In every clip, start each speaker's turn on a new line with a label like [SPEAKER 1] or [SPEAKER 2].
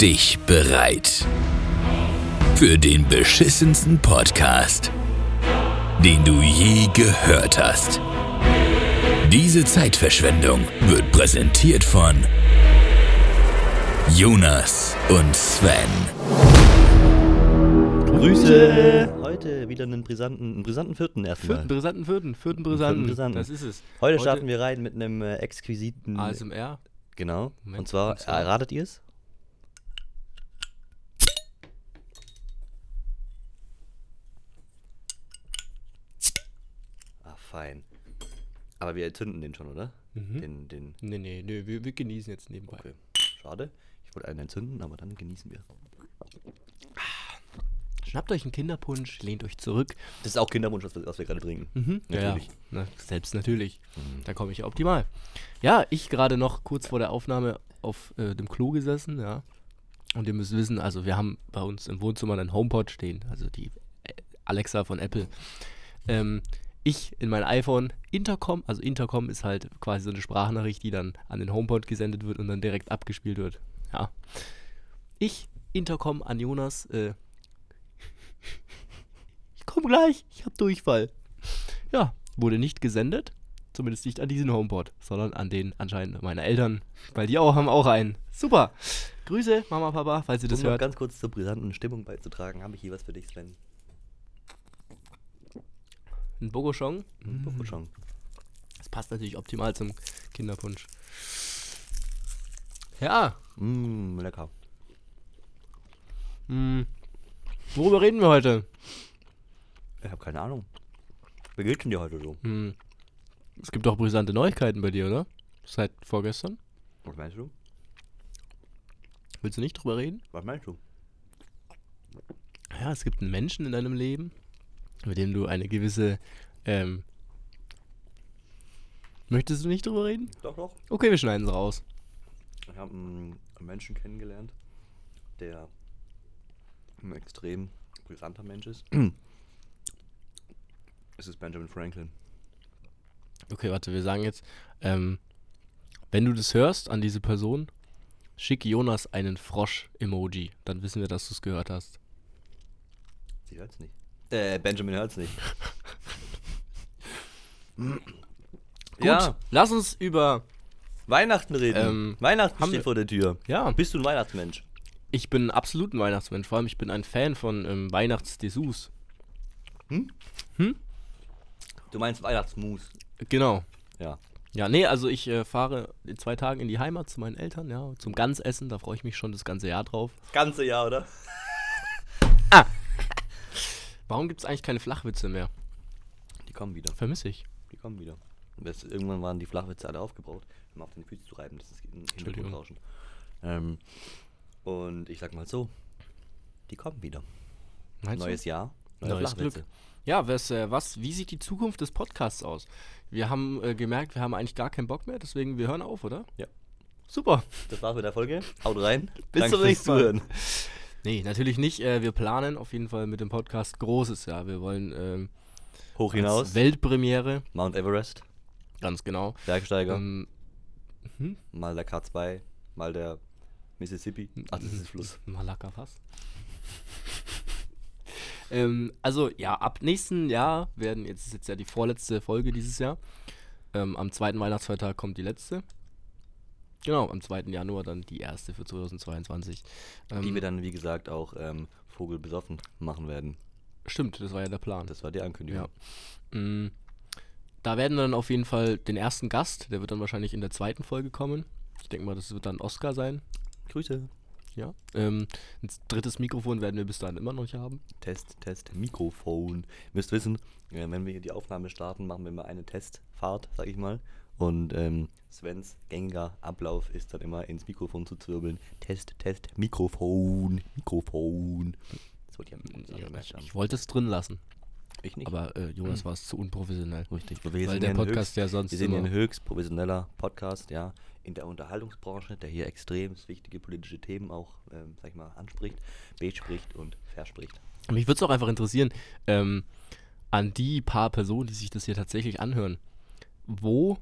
[SPEAKER 1] dich bereit für den beschissensten Podcast, den du je gehört hast. Diese Zeitverschwendung wird präsentiert von Jonas und Sven.
[SPEAKER 2] Grüße! Heute wieder einen brisanten, einen brisanten vierten erstmal.
[SPEAKER 3] Vierten brisanten vierten, vierten brisanten.
[SPEAKER 2] brisanten.
[SPEAKER 3] Das ist es.
[SPEAKER 2] Heute starten wir rein mit einem äh, exquisiten.
[SPEAKER 3] ASMR.
[SPEAKER 2] Genau.
[SPEAKER 3] Also, Moment,
[SPEAKER 2] und zwar,
[SPEAKER 3] und zwar-
[SPEAKER 2] erratet ihr es? Ah, fein. Aber wir entzünden den schon, oder?
[SPEAKER 3] Mhm.
[SPEAKER 2] Den, den.
[SPEAKER 3] Nee, nee, nee, wir, wir genießen jetzt nebenbei.
[SPEAKER 2] Okay. Schade. Ich wollte einen entzünden, aber dann genießen wir.
[SPEAKER 3] Schnappt euch einen Kinderpunsch, lehnt euch zurück.
[SPEAKER 2] Das ist auch Kinderwunsch, was wir, was wir gerade trinken.
[SPEAKER 3] Mhm. Natürlich. Ja, na, selbst natürlich. Da komme ich ja optimal. Ja, ich gerade noch kurz vor der Aufnahme auf äh, dem Klo gesessen, ja. Und ihr müsst wissen, also wir haben bei uns im Wohnzimmer einen HomePod stehen, also die äh, Alexa von Apple. Ähm, ich in mein iPhone Intercom, also Intercom ist halt quasi so eine Sprachnachricht, die dann an den HomePod gesendet wird und dann direkt abgespielt wird. Ja. Ich Intercom an Jonas. Äh, ich komm gleich, ich hab Durchfall. Ja, wurde nicht gesendet. Zumindest nicht an diesen Homeboard, sondern an den anscheinend meiner Eltern. Weil die auch haben auch einen. Super. Grüße, Mama, Papa, falls ihr das
[SPEAKER 2] um noch
[SPEAKER 3] hört.
[SPEAKER 2] ganz kurz zur brisanten Stimmung beizutragen, habe ich hier was für dich, Sven.
[SPEAKER 3] Ein Bogoschong.
[SPEAKER 2] Mhm. Schon.
[SPEAKER 3] Das passt natürlich optimal zum Kinderpunsch. Ja.
[SPEAKER 2] Mm, lecker.
[SPEAKER 3] Mh. hm, Worüber reden wir heute?
[SPEAKER 2] Ich habe keine Ahnung. Wie geht's denn dir heute so?
[SPEAKER 3] Hm. Es gibt doch brisante Neuigkeiten bei dir, oder? Seit vorgestern.
[SPEAKER 2] Was meinst du?
[SPEAKER 3] Willst du nicht drüber reden?
[SPEAKER 2] Was meinst du?
[SPEAKER 3] Ja, es gibt einen Menschen in deinem Leben, mit dem du eine gewisse. Ähm, möchtest du nicht drüber reden?
[SPEAKER 2] Doch, doch.
[SPEAKER 3] Okay, wir schneiden es raus.
[SPEAKER 2] Ich habe einen Menschen kennengelernt, der ein extrem brisanter Mensch ist. es ist Benjamin Franklin.
[SPEAKER 3] Okay, warte, wir sagen jetzt, ähm, wenn du das hörst an diese Person, schick Jonas einen Frosch-Emoji. Dann wissen wir, dass du es gehört hast.
[SPEAKER 2] Sie hört's nicht. Äh, Benjamin hört's nicht.
[SPEAKER 3] Gut, lass uns über.
[SPEAKER 2] Weihnachten reden.
[SPEAKER 3] Ähm,
[SPEAKER 2] Weihnachten
[SPEAKER 3] haben
[SPEAKER 2] steht
[SPEAKER 3] wir-
[SPEAKER 2] vor der Tür.
[SPEAKER 3] Ja.
[SPEAKER 2] Bist du ein Weihnachtsmensch?
[SPEAKER 3] Ich bin absolut ein Weihnachtsmensch. Vor allem, ich bin ein Fan von ähm, Weihnachtsdessous.
[SPEAKER 2] Du meinst Weihnachtsmus.
[SPEAKER 3] Genau.
[SPEAKER 2] Ja.
[SPEAKER 3] Ja, nee, also ich äh, fahre in zwei Tagen in die Heimat zu meinen Eltern, ja, zum Gansessen, da freue ich mich schon das ganze Jahr drauf.
[SPEAKER 2] Das ganze Jahr, oder?
[SPEAKER 3] Warum gibt es eigentlich keine Flachwitze mehr?
[SPEAKER 2] Die kommen wieder.
[SPEAKER 3] Vermisse ich.
[SPEAKER 2] Die kommen wieder. Das, irgendwann waren die Flachwitze alle aufgebraucht, um auf den Füßen zu reiben. Das ist ein
[SPEAKER 3] Entschuldigung.
[SPEAKER 2] Hintergrundrauschen. Ähm, und ich sag mal so, die kommen wieder.
[SPEAKER 3] Meinst du?
[SPEAKER 2] Neues Jahr, neue
[SPEAKER 3] Neues
[SPEAKER 2] Flachwitze.
[SPEAKER 3] Glück. Ja, was, äh, was, wie sieht die Zukunft des Podcasts aus? Wir haben äh, gemerkt, wir haben eigentlich gar keinen Bock mehr, deswegen wir hören auf, oder?
[SPEAKER 2] Ja.
[SPEAKER 3] Super.
[SPEAKER 2] Das war's mit der Folge. Haut rein.
[SPEAKER 3] Bis
[SPEAKER 2] Danke
[SPEAKER 3] zum
[SPEAKER 2] fürs
[SPEAKER 3] nächsten Mal.
[SPEAKER 2] Zuhören.
[SPEAKER 3] Nee, natürlich nicht. Äh, wir planen auf jeden Fall mit dem Podcast Großes, ja. Wir wollen ähm,
[SPEAKER 2] Hoch
[SPEAKER 3] als
[SPEAKER 2] hinaus.
[SPEAKER 3] Weltpremiere,
[SPEAKER 2] Mount Everest,
[SPEAKER 3] ganz genau.
[SPEAKER 2] Bergsteiger,
[SPEAKER 3] Ähm,
[SPEAKER 2] mal der K2, mal der Mississippi. Ach, das ist ein Fluss.
[SPEAKER 3] Malaka fast. ähm, also ja, ab nächsten Jahr werden, jetzt ist jetzt ja die vorletzte Folge dieses Jahr. Ähm, am zweiten Weihnachtsfeiertag kommt die letzte. Genau, am 2. Januar dann die erste für 2022. Ähm,
[SPEAKER 2] Die wir dann, wie gesagt, auch ähm, vogelbesoffen machen werden.
[SPEAKER 3] stimmt, das war ja der Plan.
[SPEAKER 2] Das war die Ankündigung.
[SPEAKER 3] Ja. Mm, Da werden wir dann auf jeden Fall den ersten Gast, der wird dann wahrscheinlich in der zweiten Folge kommen. Ich denke mal, das wird dann Oscar sein.
[SPEAKER 2] Grüße.
[SPEAKER 3] Ja. Ähm, ein drittes Mikrofon werden wir bis dahin immer noch nicht haben.
[SPEAKER 2] Test, Test, Mikrofon. Müsst wissen, äh, wenn wir hier die Aufnahme starten, machen wir immer eine Testfahrt, sag ich mal. Und ähm, Svens gängiger Ablauf ist dann immer ins Mikrofon zu zwirbeln. Test, Test, Mikrofon, Mikrofon. Das wollte ich am Anfang gemerkt
[SPEAKER 3] Ich,
[SPEAKER 2] haben.
[SPEAKER 3] ich wollte es drin lassen.
[SPEAKER 2] Ich nicht. Mhm.
[SPEAKER 3] Aber äh, Jonas war es zu unprofessionell.
[SPEAKER 2] richtig. Wir
[SPEAKER 3] Weil
[SPEAKER 2] sind ja
[SPEAKER 3] der
[SPEAKER 2] ein
[SPEAKER 3] Podcast ja sonst
[SPEAKER 2] Wir sind ja ein
[SPEAKER 3] immer-
[SPEAKER 2] höchst professioneller Podcast, ja, in der Unterhaltungsbranche, der hier extrem wichtige politische Themen auch, ähm, sag ich mal, anspricht, bespricht und verspricht.
[SPEAKER 3] Mich würde es auch einfach interessieren, ähm, an die paar Personen, die sich das hier tatsächlich anhören, wo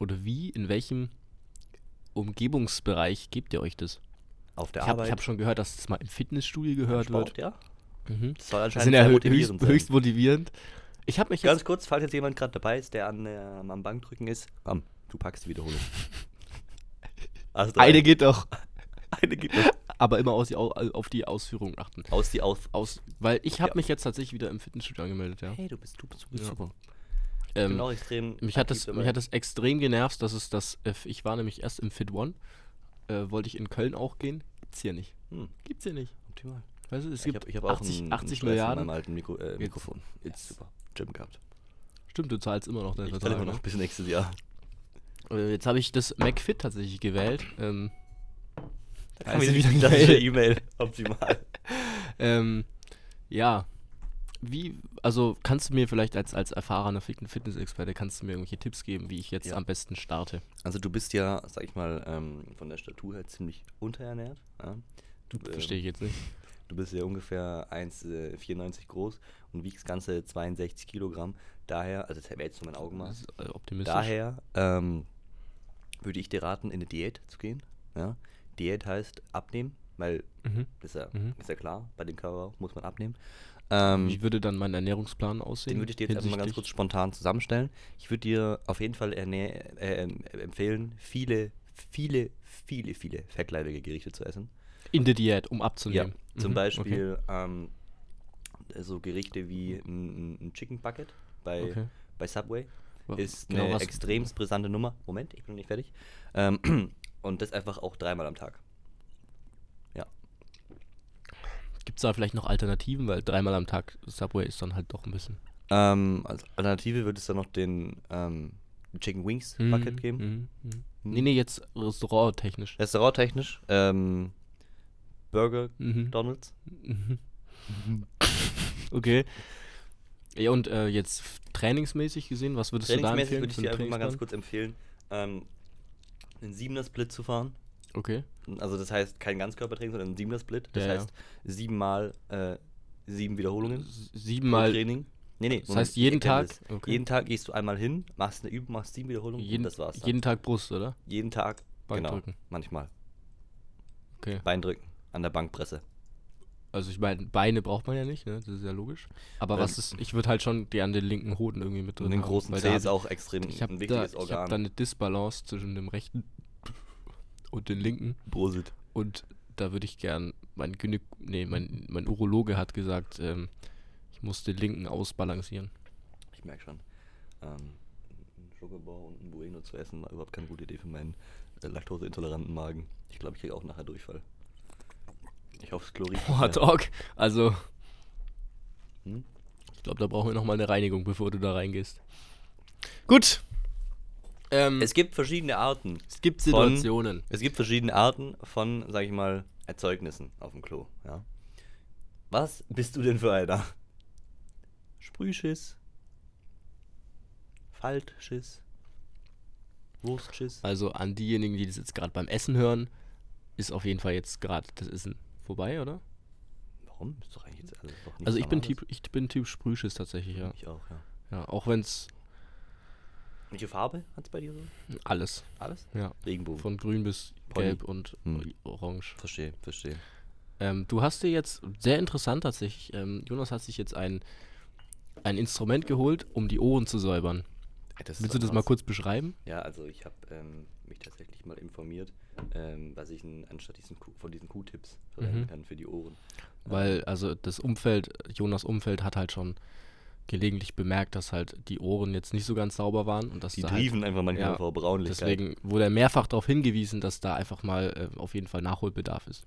[SPEAKER 3] oder wie, in welchem Umgebungsbereich gebt ihr euch das?
[SPEAKER 2] Auf der
[SPEAKER 3] Ich habe
[SPEAKER 2] Arbeit.
[SPEAKER 3] hab schon gehört, dass das mal im Fitnessstudio gehört
[SPEAKER 2] Sport,
[SPEAKER 3] wird.
[SPEAKER 2] ja.
[SPEAKER 3] Mhm.
[SPEAKER 2] Das soll
[SPEAKER 3] Das sind
[SPEAKER 2] anscheinend
[SPEAKER 3] ja
[SPEAKER 2] sehr
[SPEAKER 3] höchst
[SPEAKER 2] motivierend
[SPEAKER 3] höchst,
[SPEAKER 2] sein.
[SPEAKER 3] höchst motivierend. Ich habe mich
[SPEAKER 2] Ganz
[SPEAKER 3] jetzt.
[SPEAKER 2] kurz, falls jetzt jemand gerade dabei ist, der an, äh, am Bankdrücken ist, bam, du packst die Wiederholung. Also drei.
[SPEAKER 3] Eine geht doch.
[SPEAKER 2] eine gibt es.
[SPEAKER 3] Aber immer aus die, Au- auf die Ausführung achten.
[SPEAKER 2] Aus die Auf.
[SPEAKER 3] Aus, weil ich habe
[SPEAKER 2] Ja.
[SPEAKER 3] mich jetzt tatsächlich wieder im Fitnessstudio angemeldet, ja.
[SPEAKER 2] Hey, du bist, du bist, du bist
[SPEAKER 3] Ja.
[SPEAKER 2] super.
[SPEAKER 3] Ähm,
[SPEAKER 2] genau, extrem.
[SPEAKER 3] Mich hat,
[SPEAKER 2] aktiv
[SPEAKER 3] das,
[SPEAKER 2] dabei.
[SPEAKER 3] mich hat das extrem genervt, dass es das. äh, Ich war nämlich erst im Fit One. Äh, wollte ich in Köln auch gehen. Gibt's hier nicht.
[SPEAKER 2] Hm,
[SPEAKER 3] Gibt's hier nicht.
[SPEAKER 2] optimal.
[SPEAKER 3] Weißt du, es
[SPEAKER 2] Es
[SPEAKER 3] gibt
[SPEAKER 2] gibt, ich habe auch
[SPEAKER 3] 80,
[SPEAKER 2] einen,
[SPEAKER 3] 80
[SPEAKER 2] einen Stress
[SPEAKER 3] Milliarden.
[SPEAKER 2] In meinem alten Mikro, äh,
[SPEAKER 3] Jetzt-
[SPEAKER 2] Mikrofon.
[SPEAKER 3] jetzt.
[SPEAKER 2] super. Gym gehabt.
[SPEAKER 3] Stimmt, du zahlst immer noch deinen
[SPEAKER 2] Ich
[SPEAKER 3] Vertrag.
[SPEAKER 2] zahle immer noch bis nächstes Jahr.
[SPEAKER 3] ne? Äh, Jetzt habe ich das McFit tatsächlich gewählt. Ähm,
[SPEAKER 2] Da
[SPEAKER 3] haben wir
[SPEAKER 2] wieder
[SPEAKER 3] wieder
[SPEAKER 2] eine klassische
[SPEAKER 3] gemeldet.
[SPEAKER 2] E-Mail. Optimal.
[SPEAKER 3] ähm, ja. Wie, also kannst du mir vielleicht als, als erfahrener Fit- Fitness-Experte, kannst du mir irgendwelche Tipps geben, wie ich jetzt
[SPEAKER 2] Ja.
[SPEAKER 3] am besten starte?
[SPEAKER 2] Also du bist ja, sag ich mal, ähm, von der Statur her ziemlich unterernährt. Ja? Du, ähm,
[SPEAKER 3] Verstehe ich jetzt nicht.
[SPEAKER 2] Du bist ja ungefähr 1,94 groß und wiegst ganze 62 Kilogramm. Daher, also das wäre jetzt so mein
[SPEAKER 3] Das
[SPEAKER 2] Augenmaß.
[SPEAKER 3] ist, äh, optimistisch.
[SPEAKER 2] Daher ähm, würde ich dir raten, in eine Diät zu gehen. Ja? Diät heißt abnehmen, weil
[SPEAKER 3] Mhm.
[SPEAKER 2] ist ja,
[SPEAKER 3] Mhm.
[SPEAKER 2] ist ja klar, bei dem Körper muss man abnehmen. Ähm,
[SPEAKER 3] Wie würde dann mein Ernährungsplan aussehen?
[SPEAKER 2] den würde ich dir jetzt einfach mal ganz kurz
[SPEAKER 3] hinsichtlich-
[SPEAKER 2] spontan zusammenstellen. Ich würde dir auf jeden Fall ernähr, äh, ähm, empfehlen, viele, viele, viele, viele fettleibige Gerichte zu essen.
[SPEAKER 3] In der Diät, um abzunehmen.
[SPEAKER 2] Ja, zum
[SPEAKER 3] Mhm, okay.
[SPEAKER 2] Beispiel ähm, so Gerichte wie ein, ein- ein Chicken Bucket bei,
[SPEAKER 3] Okay.
[SPEAKER 2] bei Subway
[SPEAKER 3] Wa-
[SPEAKER 2] ist
[SPEAKER 3] genau,
[SPEAKER 2] eine
[SPEAKER 3] was-
[SPEAKER 2] extrem brisante Nummer. Moment, ich bin noch nicht fertig. Ähm, und das einfach auch dreimal am Tag. Ja,
[SPEAKER 3] Gibt es da vielleicht noch Alternativen? Weil dreimal am Tag Subway ist dann halt doch ein bisschen.
[SPEAKER 2] Ähm, als Alternative würde es dann noch den ähm, Chicken Wings Bucket geben.
[SPEAKER 3] Mhm. Mhm. Nee, nee, jetzt restauranttechnisch.
[SPEAKER 2] Restauranttechnisch ähm, Burger
[SPEAKER 3] Mhm.
[SPEAKER 2] Donalds.
[SPEAKER 3] Mhm. okay. Ja, und äh, jetzt f- trainingsmäßig gesehen, was würdest du da
[SPEAKER 2] Trainingsmäßig
[SPEAKER 3] empfehlen?
[SPEAKER 2] würde ich
[SPEAKER 3] für einen
[SPEAKER 2] dir einfach mal ganz
[SPEAKER 3] Trainingsplan?
[SPEAKER 2] kurz empfehlen, ähm, einen Siebener Split zu fahren.
[SPEAKER 3] Okay.
[SPEAKER 2] Also das heißt kein Ganzkörpertraining, sondern ein Siebener Split. Das
[SPEAKER 3] Ja, ja.
[SPEAKER 2] heißt siebenmal äh, sieben Wiederholungen.
[SPEAKER 3] S-
[SPEAKER 2] pro
[SPEAKER 3] Siebenmal.
[SPEAKER 2] Training. Nee, nee.
[SPEAKER 3] Das heißt, jeden
[SPEAKER 2] ich erkläre
[SPEAKER 3] Tag?
[SPEAKER 2] das.
[SPEAKER 3] Okay.
[SPEAKER 2] Jeden Tag gehst du einmal hin, machst eine Übung, machst sieben Wiederholungen
[SPEAKER 3] Jeden,
[SPEAKER 2] und das war's. Dann.
[SPEAKER 3] jeden Tag Brust, oder?
[SPEAKER 2] jeden Tag, genau,
[SPEAKER 3] Bankdrücken.
[SPEAKER 2] manchmal.
[SPEAKER 3] Okay.
[SPEAKER 2] Beindrücken an der Bankpresse.
[SPEAKER 3] Also ich meine, Beine braucht man ja nicht, ne? Das ist ja logisch. Aber was
[SPEAKER 2] Ähm,
[SPEAKER 3] ist, ich würde halt schon die an den linken Hoden irgendwie mit drin
[SPEAKER 2] Und den
[SPEAKER 3] haben,
[SPEAKER 2] großen
[SPEAKER 3] weil
[SPEAKER 2] C
[SPEAKER 3] da
[SPEAKER 2] ist
[SPEAKER 3] hab
[SPEAKER 2] auch extrem
[SPEAKER 3] ich, ich hab
[SPEAKER 2] ein
[SPEAKER 3] da,
[SPEAKER 2] wichtiges
[SPEAKER 3] Ich habe da
[SPEAKER 2] Organ.
[SPEAKER 3] eine Disbalance zwischen dem rechten und dem linken.
[SPEAKER 2] Prosit.
[SPEAKER 3] Und da würde ich gern, mein Gynä nee, mein, mein Urologe hat gesagt, ähm, ich muss den linken ausbalancieren.
[SPEAKER 2] Ich merke schon. Ähm, ein Schokobon und ein Bueno zu essen war überhaupt keine gute Idee für meinen äh, laktoseintoleranten Magen. Ich glaube, ich kriege auch nachher Durchfall. Ich hoffe, es Chlorid. nicht
[SPEAKER 3] Boah,
[SPEAKER 2] mehr.
[SPEAKER 3] Dog. Also,
[SPEAKER 2] Hm?
[SPEAKER 3] ich glaube, da brauchen wir nochmal eine Reinigung, bevor du da reingehst. Gut. Ähm,
[SPEAKER 2] Es gibt verschiedene Arten.
[SPEAKER 3] es gibt
[SPEAKER 2] von-
[SPEAKER 3] Situationen.
[SPEAKER 2] Es gibt verschiedene Arten von, sag ich mal, Erzeugnissen auf dem Klo. Ja? Was bist du denn für einer? Sprühschiss? Faltschiss? Wurstschiss?
[SPEAKER 3] Also an diejenigen, die das jetzt gerade beim Essen hören, ist auf jeden Fall jetzt gerade das Essen vorbei, oder?
[SPEAKER 2] Warum? Ist doch eigentlich jetzt alles doch nichts
[SPEAKER 3] Also ich bin,
[SPEAKER 2] Normales.
[SPEAKER 3] typ, ich bin Typ Sprühschiss tatsächlich, ja.
[SPEAKER 2] Ich auch, ja.
[SPEAKER 3] ja auch wenn es
[SPEAKER 2] Welche Farbe hat es bei dir so?
[SPEAKER 3] alles,
[SPEAKER 2] Alles?
[SPEAKER 3] ja.
[SPEAKER 2] Regenbogen.
[SPEAKER 3] Von grün bis
[SPEAKER 2] Pony.
[SPEAKER 3] gelb und
[SPEAKER 2] Hm.
[SPEAKER 3] orange.
[SPEAKER 2] verstehe, verstehe.
[SPEAKER 3] Ähm, du hast dir jetzt, sehr interessant tatsächlich, ähm, Jonas hat sich jetzt ein, ein Instrument geholt, um die Ohren zu säubern. Willst du das mal kurz beschreiben?
[SPEAKER 2] Ja, also ich habe ähm, mich tatsächlich mal informiert, ähm, was ich n- anstatt diesen Q von diesen Q-Tips verwenden
[SPEAKER 3] Mhm.
[SPEAKER 2] kann für die Ohren. Ähm,
[SPEAKER 3] Weil, also das Umfeld, Jonas Umfeld hat halt schon gelegentlich bemerkt, dass halt die Ohren jetzt nicht so ganz sauber waren und dass
[SPEAKER 2] Die
[SPEAKER 3] da halt,
[SPEAKER 2] triefen einfach manchmal
[SPEAKER 3] ja,
[SPEAKER 2] vor Braunlichkeit.
[SPEAKER 3] deswegen wurde er mehrfach darauf hingewiesen, dass da einfach mal äh, auf jeden Fall Nachholbedarf ist.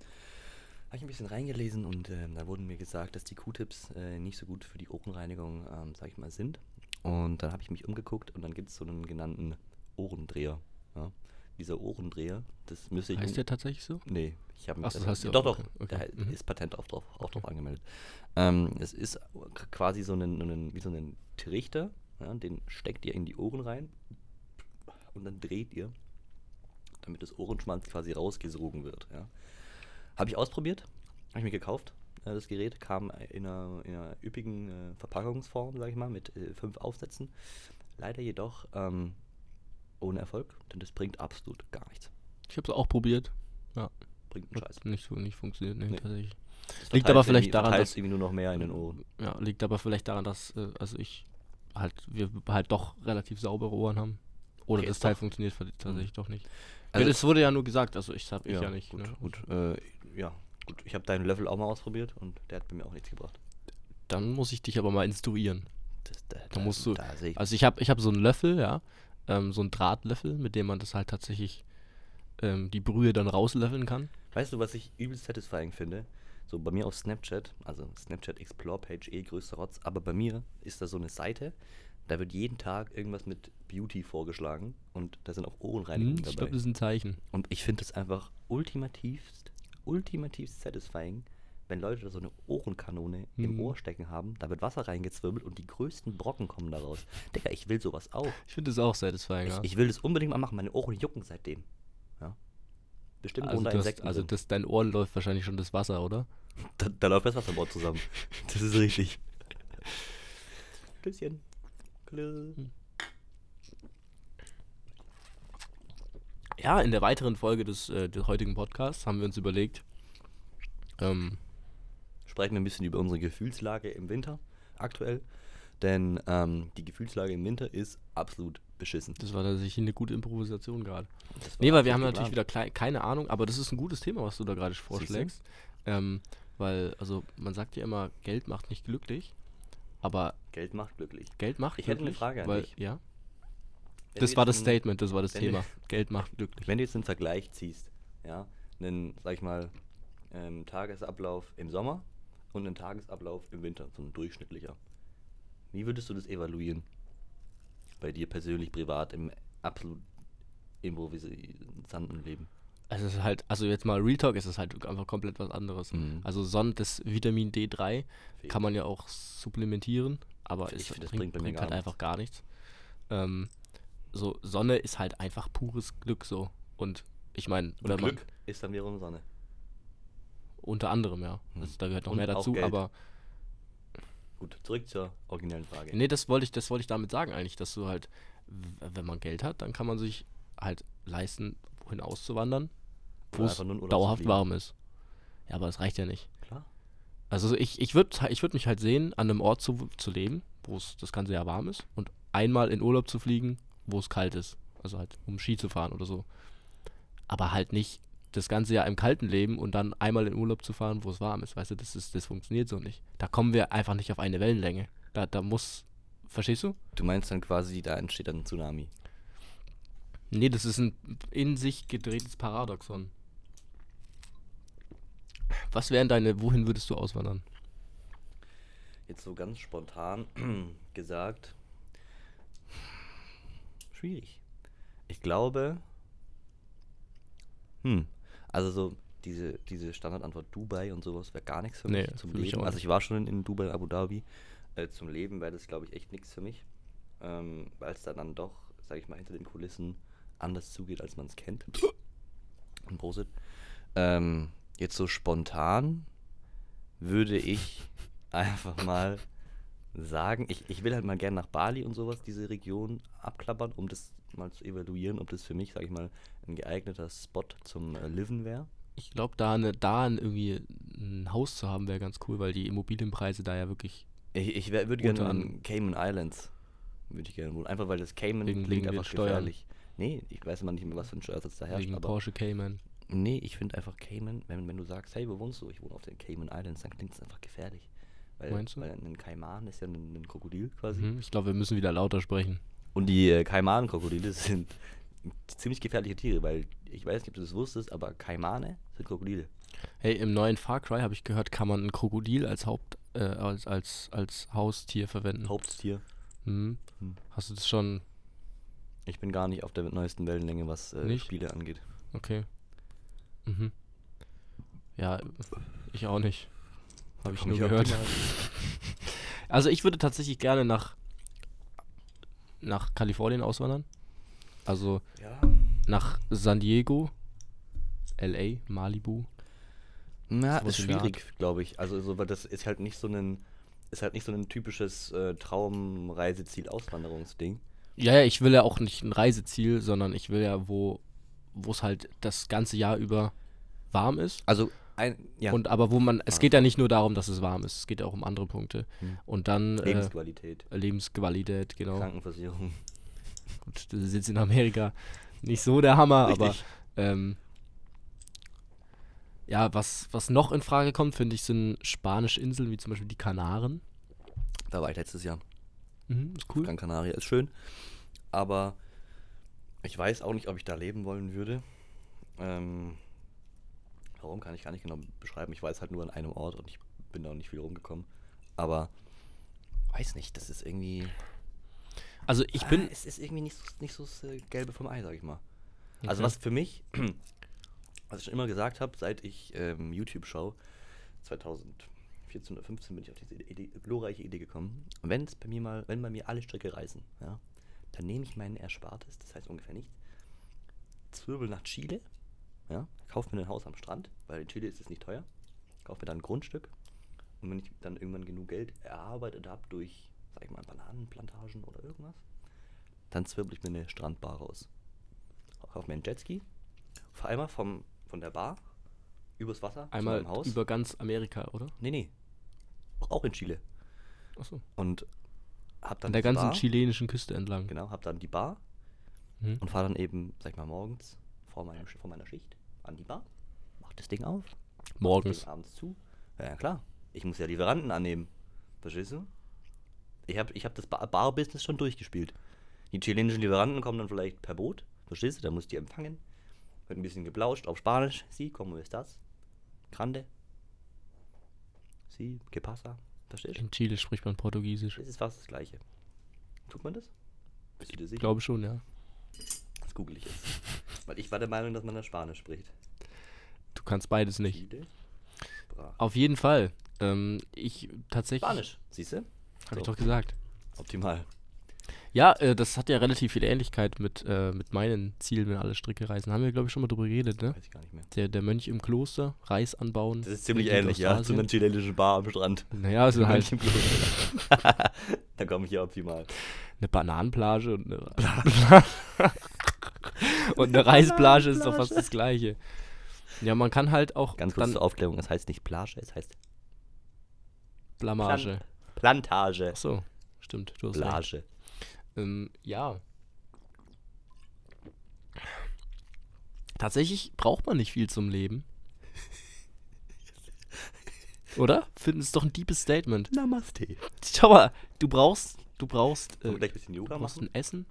[SPEAKER 2] Habe ich ein bisschen reingelesen und ähm, da wurden mir gesagt, dass die Q-Tips äh, nicht so gut für die Ohrenreinigung, ähm, sag ich mal, sind. Und dann habe ich mich umgeguckt und dann gibt es so einen genannten Ohrendreher. Ja? Dieser Ohrendreher, das müsste ich.
[SPEAKER 3] Heißt der tatsächlich so?
[SPEAKER 2] Nee, ich habe
[SPEAKER 3] Ach, das hast du
[SPEAKER 2] Äh, Doch,
[SPEAKER 3] auch,
[SPEAKER 2] doch,
[SPEAKER 3] okay,
[SPEAKER 2] da
[SPEAKER 3] okay, mhm.
[SPEAKER 2] ist Patent auch drauf, auch drauf angemeldet. Ähm, es ist quasi so ein, einen, wie so ein Trichter, ja, den steckt ihr in die Ohren rein und dann dreht ihr, damit das Ohrenschmalz quasi rausgesogen wird. Ja. Habe ich ausprobiert, habe ich mir gekauft. äh, Das Gerät kam in einer, in einer üppigen äh, Verpackungsform, sage ich mal, mit äh, fünf Aufsätzen. Leider jedoch ähm, ohne Erfolg, denn das bringt absolut gar nichts.
[SPEAKER 3] Ich habe es auch probiert. Ja.
[SPEAKER 2] bringt einen Scheiß.
[SPEAKER 3] Nicht, so- nicht funktioniert, nee,
[SPEAKER 2] Nee.
[SPEAKER 3] tatsächlich.
[SPEAKER 2] Das
[SPEAKER 3] Liegt
[SPEAKER 2] verteilt
[SPEAKER 3] aber vielleicht
[SPEAKER 2] irgendwie-
[SPEAKER 3] daran,
[SPEAKER 2] verteilt
[SPEAKER 3] dass-
[SPEAKER 2] irgendwie nur noch mehr in den Ohren.
[SPEAKER 3] Ja, liegt aber vielleicht daran, dass, äh, also ich halt, wir halt doch relativ saubere Ohren haben. Oder
[SPEAKER 2] Okay,
[SPEAKER 3] das
[SPEAKER 2] ist Mhm.
[SPEAKER 3] Teil funktioniert ver- tatsächlich doch nicht.
[SPEAKER 2] Also-
[SPEAKER 3] Also es wurde ja nur gesagt, also ich hab ich ja, nicht.
[SPEAKER 2] Gut,
[SPEAKER 3] ne?
[SPEAKER 2] gut, äh, ja, gut. Ich habe deinen Löffel auch mal ausprobiert und der hat bei mir auch nichts gebracht.
[SPEAKER 3] Dann muss ich dich aber mal instruieren.
[SPEAKER 2] Das,
[SPEAKER 3] Da musst du-
[SPEAKER 2] Da sehe ich.
[SPEAKER 3] Also ich habe ich hab so einen Löffel, ja, ähm, so einen Drahtlöffel, mit dem man das halt tatsächlich ähm, die Brühe dann rauslöffeln kann.
[SPEAKER 2] weißt du, was ich übelst satisfying finde? So bei mir auf Snapchat, also Snapchat Explore Page eh größter Rotz, aber bei mir ist da so eine Seite, da wird jeden Tag irgendwas mit Beauty vorgeschlagen und da sind auch Ohrenreinigungen
[SPEAKER 3] Hm, ich
[SPEAKER 2] dabei.
[SPEAKER 3] glaube, das ist ein Zeichen.
[SPEAKER 2] Und ich finde das einfach ultimativst, ultimativst satisfying, wenn Leute da so eine Ohrenkanone im
[SPEAKER 3] Mhm.
[SPEAKER 2] Ohr stecken haben, da wird Wasser reingezwirbelt und die größten Brocken kommen daraus. Digga, ich will sowas auch.
[SPEAKER 3] Ich finde das auch satisfying, ja.
[SPEAKER 2] Ich, ich will das unbedingt mal machen. Meine Ohren jucken seitdem. Ja. Bestimmt
[SPEAKER 3] also
[SPEAKER 2] unter
[SPEAKER 3] du hast,
[SPEAKER 2] Insekten.
[SPEAKER 3] also
[SPEAKER 2] drin.
[SPEAKER 3] das, dein Ohren läuft wahrscheinlich schon das Wasser, oder?
[SPEAKER 2] da, da läuft das Wasserbord zusammen. Das ist richtig. Klößchen. Klö.
[SPEAKER 3] Ja, in der weiteren Folge des, äh, des heutigen Podcasts haben wir uns überlegt, ähm,
[SPEAKER 2] Sprechen wir ein bisschen über unsere Gefühlslage im Winter aktuell. Denn ähm, die Gefühlslage im Winter ist absolut beschissen.
[SPEAKER 3] das war tatsächlich eine gute Improvisation gerade.
[SPEAKER 2] Das war
[SPEAKER 3] Nee, weil
[SPEAKER 2] absolut
[SPEAKER 3] wir haben natürlich
[SPEAKER 2] geplant.
[SPEAKER 3] wieder klei- keine Ahnung, aber das ist ein gutes Thema, was du da gerade vorschlägst. Ähm, weil, also man sagt ja immer, Geld macht nicht glücklich, aber
[SPEAKER 2] Geld macht glücklich.
[SPEAKER 3] Geld macht
[SPEAKER 2] Ich hätte eine
[SPEAKER 3] glücklich.
[SPEAKER 2] Frage an
[SPEAKER 3] weil,
[SPEAKER 2] dich.
[SPEAKER 3] Ja,
[SPEAKER 2] Wenn
[SPEAKER 3] das
[SPEAKER 2] du
[SPEAKER 3] war
[SPEAKER 2] jetzt
[SPEAKER 3] das
[SPEAKER 2] einen-
[SPEAKER 3] Statement, das war das
[SPEAKER 2] wenn wir-
[SPEAKER 3] Thema. Geld macht glücklich.
[SPEAKER 2] Wenn du jetzt einen Vergleich ziehst, ja, einen, sag ich mal, ähm, Tagesablauf im Sommer und einen Tagesablauf im Winter, so ein durchschnittlicher. Wie würdest du das evaluieren? Bei dir persönlich, privat, im absolut improvisanten Leben.
[SPEAKER 3] Also es ist halt, also jetzt mal Real Talk ist es halt einfach komplett was anderes.
[SPEAKER 2] Mhm.
[SPEAKER 3] Also Sonn, das Vitamin D3
[SPEAKER 2] Fehlt.
[SPEAKER 3] kann man ja auch supplementieren, aber
[SPEAKER 2] Ich
[SPEAKER 3] es
[SPEAKER 2] find,
[SPEAKER 3] bringt,
[SPEAKER 2] das
[SPEAKER 3] bringt,
[SPEAKER 2] bringt bei mir gar
[SPEAKER 3] halt
[SPEAKER 2] nichts.
[SPEAKER 3] einfach gar nichts. Ähm, so Sonne ist halt einfach pures Glück so und ich meine,
[SPEAKER 2] Und
[SPEAKER 3] wenn man
[SPEAKER 2] Glück ist dann wiederum Sonne.
[SPEAKER 3] unter anderem ja,
[SPEAKER 2] Hm.
[SPEAKER 3] also, da gehört noch
[SPEAKER 2] Und
[SPEAKER 3] mehr
[SPEAKER 2] auch
[SPEAKER 3] dazu,
[SPEAKER 2] Geld.
[SPEAKER 3] aber
[SPEAKER 2] Gut, zurück zur originellen Frage.
[SPEAKER 3] Nee, das wollte ich, das wollte ich damit sagen eigentlich, dass du halt, w- wenn man Geld hat, dann kann man sich halt leisten, wohin auszuwandern, wo
[SPEAKER 2] Oder
[SPEAKER 3] es
[SPEAKER 2] einfach nur in Urlaub zu
[SPEAKER 3] dauerhaft
[SPEAKER 2] fliegen.
[SPEAKER 3] warm ist. Ja, aber das reicht ja nicht.
[SPEAKER 2] Klar.
[SPEAKER 3] Also ich, ich würde ich würd mich halt sehen, an einem Ort zu, zu leben, wo es das ganze Jahr warm ist und einmal in Urlaub zu fliegen, wo es kalt ist. Also halt, um Ski zu fahren oder so. Aber halt nicht das ganze Jahr im kalten Leben und dann einmal in Urlaub zu fahren, wo es warm ist. Weißt du, das, ist, das funktioniert so nicht. Da kommen wir einfach nicht auf eine Wellenlänge. Da, da muss, verstehst du?
[SPEAKER 2] Du meinst dann quasi, da entsteht dann ein Tsunami.
[SPEAKER 3] Nee, das ist ein in sich gedrehtes Paradoxon. Was wären deine, wohin würdest du auswandern?
[SPEAKER 2] Jetzt so ganz spontan gesagt, schwierig. Ich glaube, hm, also so diese, diese Standardantwort Dubai und sowas wäre gar nichts für mich
[SPEAKER 3] Nee,
[SPEAKER 2] zum
[SPEAKER 3] für mich
[SPEAKER 2] Leben.
[SPEAKER 3] auch
[SPEAKER 2] also
[SPEAKER 3] nicht.
[SPEAKER 2] ich war schon in, in Dubai, Abu Dhabi. Äh, zum Leben wäre das, glaube ich, echt nichts für mich, ähm, weil es da dann doch, sage ich mal, hinter den Kulissen anders zugeht, als man es kennt. Und Prosit. Ähm, jetzt so spontan würde ich einfach mal sagen, ich, ich will halt mal gerne nach Bali und sowas, diese Region abklappern, um das mal zu evaluieren, ob das für mich, sag ich mal, ein geeigneter Spot zum äh, Liven wäre.
[SPEAKER 3] Ich glaube, da, eine, da ein- irgendwie ein Haus zu haben, wäre ganz cool, weil die Immobilienpreise da ja wirklich.
[SPEAKER 2] Ich, ich würde
[SPEAKER 3] Unter
[SPEAKER 2] gerne
[SPEAKER 3] anderem.
[SPEAKER 2] in Cayman Islands würde ich gerne wohnen, einfach weil das Cayman
[SPEAKER 3] Wegen-
[SPEAKER 2] klingt
[SPEAKER 3] wegen den
[SPEAKER 2] einfach
[SPEAKER 3] Steuern.
[SPEAKER 2] gefährlich. Nee, ich weiß mal nicht mehr, was für ein Steuersatz da herrscht,
[SPEAKER 3] wegen
[SPEAKER 2] aber
[SPEAKER 3] Porsche Cayman.
[SPEAKER 2] nee, ich finde einfach Cayman, wenn, wenn du sagst, hey, wo wohnst du? Ich wohne auf den Cayman Islands, dann klingt es einfach gefährlich. Weil,
[SPEAKER 3] Meinst du?
[SPEAKER 2] Weil ein Kaiman ist ja ein, ein Krokodil quasi.
[SPEAKER 3] Mhm. Ich glaube, wir müssen wieder lauter sprechen.
[SPEAKER 2] Und die äh, Kaimanenkrokodile sind ziemlich gefährliche Tiere, weil ich weiß nicht, ob du das wusstest, aber Kaimane sind Krokodile.
[SPEAKER 3] Hey, im neuen Far Cry habe ich gehört, kann man ein Krokodil als Haupt äh, als, als, als Haustier verwenden.
[SPEAKER 2] Haupttier.
[SPEAKER 3] Mhm.
[SPEAKER 2] Hm.
[SPEAKER 3] Hast du das schon?
[SPEAKER 2] Ich bin gar nicht auf der neuesten Wellenlänge, was äh,
[SPEAKER 3] Nicht?
[SPEAKER 2] Spiele angeht.
[SPEAKER 3] Okay. Mhm. Ja, ich auch nicht. Habe ich
[SPEAKER 2] Komm
[SPEAKER 3] nur
[SPEAKER 2] auf
[SPEAKER 3] gehört.
[SPEAKER 2] die Mal.
[SPEAKER 3] Also ich würde tatsächlich gerne nach, nach Kalifornien auswandern. Also
[SPEAKER 2] Ja.
[SPEAKER 3] nach San Diego, LA, Malibu.
[SPEAKER 2] Na,
[SPEAKER 3] Sowas
[SPEAKER 2] ist
[SPEAKER 3] in der
[SPEAKER 2] schwierig, glaube ich. Also, so, weil das ist halt nicht so ein ist halt nicht so ein typisches äh, Traumreiseziel-Auswanderungsding.
[SPEAKER 3] Ja, ja, ich will ja auch nicht ein Reiseziel, sondern ich will ja, wo wo es halt das ganze Jahr über warm ist.
[SPEAKER 2] Also, ein, ja,
[SPEAKER 3] Und aber wo man, es
[SPEAKER 2] Ah.
[SPEAKER 3] geht ja nicht nur darum, dass es warm ist, es geht auch um andere Punkte.
[SPEAKER 2] Hm.
[SPEAKER 3] Und dann äh,
[SPEAKER 2] Lebensqualität,
[SPEAKER 3] Lebensqualität, genau.
[SPEAKER 2] Krankenversicherung.
[SPEAKER 3] Gut, du sitzt in Amerika. Nicht so der Hammer, aber
[SPEAKER 2] Richtig.
[SPEAKER 3] ähm, ja, was, was noch in Frage kommt, finde ich, sind spanische Inseln, wie zum Beispiel die Kanaren.
[SPEAKER 2] Da war ich letztes Jahr.
[SPEAKER 3] Mhm, ist cool.
[SPEAKER 2] Gran Canaria ist schön. Aber ich weiß auch nicht, ob ich da leben wollen würde. Ähm, warum kann ich gar nicht genau beschreiben. Ich weiß halt nur an einem Ort und ich bin da auch nicht viel rumgekommen. Aber weiß nicht, das ist irgendwie.
[SPEAKER 3] Also ich
[SPEAKER 2] Ah,
[SPEAKER 3] bin,
[SPEAKER 2] es ist irgendwie nicht so, nicht so das äh, Gelbe vom Ei, sag ich mal.
[SPEAKER 3] Okay.
[SPEAKER 2] Also, was für mich, was ich schon immer gesagt habe, seit ich ähm, YouTube schaue, 2014 oder 15 bin ich auf diese Idee, glorreiche Idee gekommen. Wenn es bei mir mal, wenn bei mir alle Stricke reißen, ja, dann nehme ich meinen Erspartes, das heißt ungefähr nichts, zwirbel nach Chile, ja, kauf mir ein Haus am Strand, weil in Chile ist es nicht teuer, kauf mir dann ein Grundstück und wenn ich dann irgendwann genug Geld erarbeitet habe durch, sag ich mal, Bananenplantagen oder irgendwas, dann zwirbel ich mir eine Strandbar raus. Kauf mir einen Jetski, fahr einmal vom, von der Bar übers Wasser
[SPEAKER 3] einmal
[SPEAKER 2] zu meinem Haus.
[SPEAKER 3] über ganz Amerika, oder?
[SPEAKER 2] Nee, nee. Auch in Chile.
[SPEAKER 3] Achso.
[SPEAKER 2] Und hab dann
[SPEAKER 3] An der
[SPEAKER 2] die
[SPEAKER 3] ganzen
[SPEAKER 2] Bar,
[SPEAKER 3] chilenischen Küste entlang.
[SPEAKER 2] Genau, hab dann die Bar
[SPEAKER 3] Mhm.
[SPEAKER 2] und fahr dann eben, sag ich mal, morgens vor, meinem, Sch- vor meiner Schicht an die Bar, mach das Ding auf,
[SPEAKER 3] Morgens.
[SPEAKER 2] Ding abends zu. Ja, ja, klar. Ich muss ja Lieferanten annehmen. Verstehst du? Ich hab, ich hab das Ba- Bar-Business schon durchgespielt. Die chilenischen Lieferanten kommen dann vielleicht per Boot. Verstehst du? Da muss die empfangen. Wird ein bisschen geplauscht auf Spanisch. Sie, como estás? Grande. Sie, que pasa? Verstehst du?
[SPEAKER 3] In Chile spricht man Portugiesisch.
[SPEAKER 2] Es ist fast das Gleiche. Tut man das? Bist du dir
[SPEAKER 3] Ich
[SPEAKER 2] sicher?
[SPEAKER 3] glaube schon, ja.
[SPEAKER 2] Das google ich jetzt. Weil ich war der Meinung, dass man da Spanisch spricht.
[SPEAKER 3] Du kannst beides nicht.
[SPEAKER 2] Chile? Bra.
[SPEAKER 3] Auf jeden Fall. Ähm, ich tatsächlich.
[SPEAKER 2] Spanisch, siehst du?
[SPEAKER 3] Habe ich
[SPEAKER 2] So.
[SPEAKER 3] doch gesagt.
[SPEAKER 2] Optimal.
[SPEAKER 3] Ja, äh, das hat ja relativ viel Ähnlichkeit mit, äh, mit meinen Zielen, wenn alle Stricke reißen. Haben wir, glaube ich, schon mal drüber geredet, ne?
[SPEAKER 2] Weiß ich gar nicht mehr.
[SPEAKER 3] Der, der Mönch im Kloster, Reis anbauen.
[SPEAKER 2] Das ist ziemlich
[SPEAKER 3] in
[SPEAKER 2] ähnlich, ja, zu einer
[SPEAKER 3] Südostasien.
[SPEAKER 2] chilenischen Bar am Strand.
[SPEAKER 3] Naja, also halt
[SPEAKER 2] da komme ich ja optimal.
[SPEAKER 3] eine Bananenplage und eine, und eine Reisplage ist doch fast das Gleiche. Ja, man kann halt auch
[SPEAKER 2] Ganz kurz
[SPEAKER 3] dann
[SPEAKER 2] zur Aufklärung, es heißt nicht Plage, es heißt
[SPEAKER 3] Blamage.
[SPEAKER 2] Plantage.
[SPEAKER 3] Achso, stimmt, du hast recht.
[SPEAKER 2] Plage.
[SPEAKER 3] Ähm, ja. Tatsächlich braucht man nicht viel zum Leben. Oder? Finden es doch ein deepes Statement.
[SPEAKER 2] Namaste.
[SPEAKER 3] Schau mal, du brauchst, du brauchst,
[SPEAKER 2] Wollen wir
[SPEAKER 3] äh,
[SPEAKER 2] gleich ein bisschen
[SPEAKER 3] du
[SPEAKER 2] Yoga
[SPEAKER 3] brauchst
[SPEAKER 2] machen?
[SPEAKER 3] ein Essen.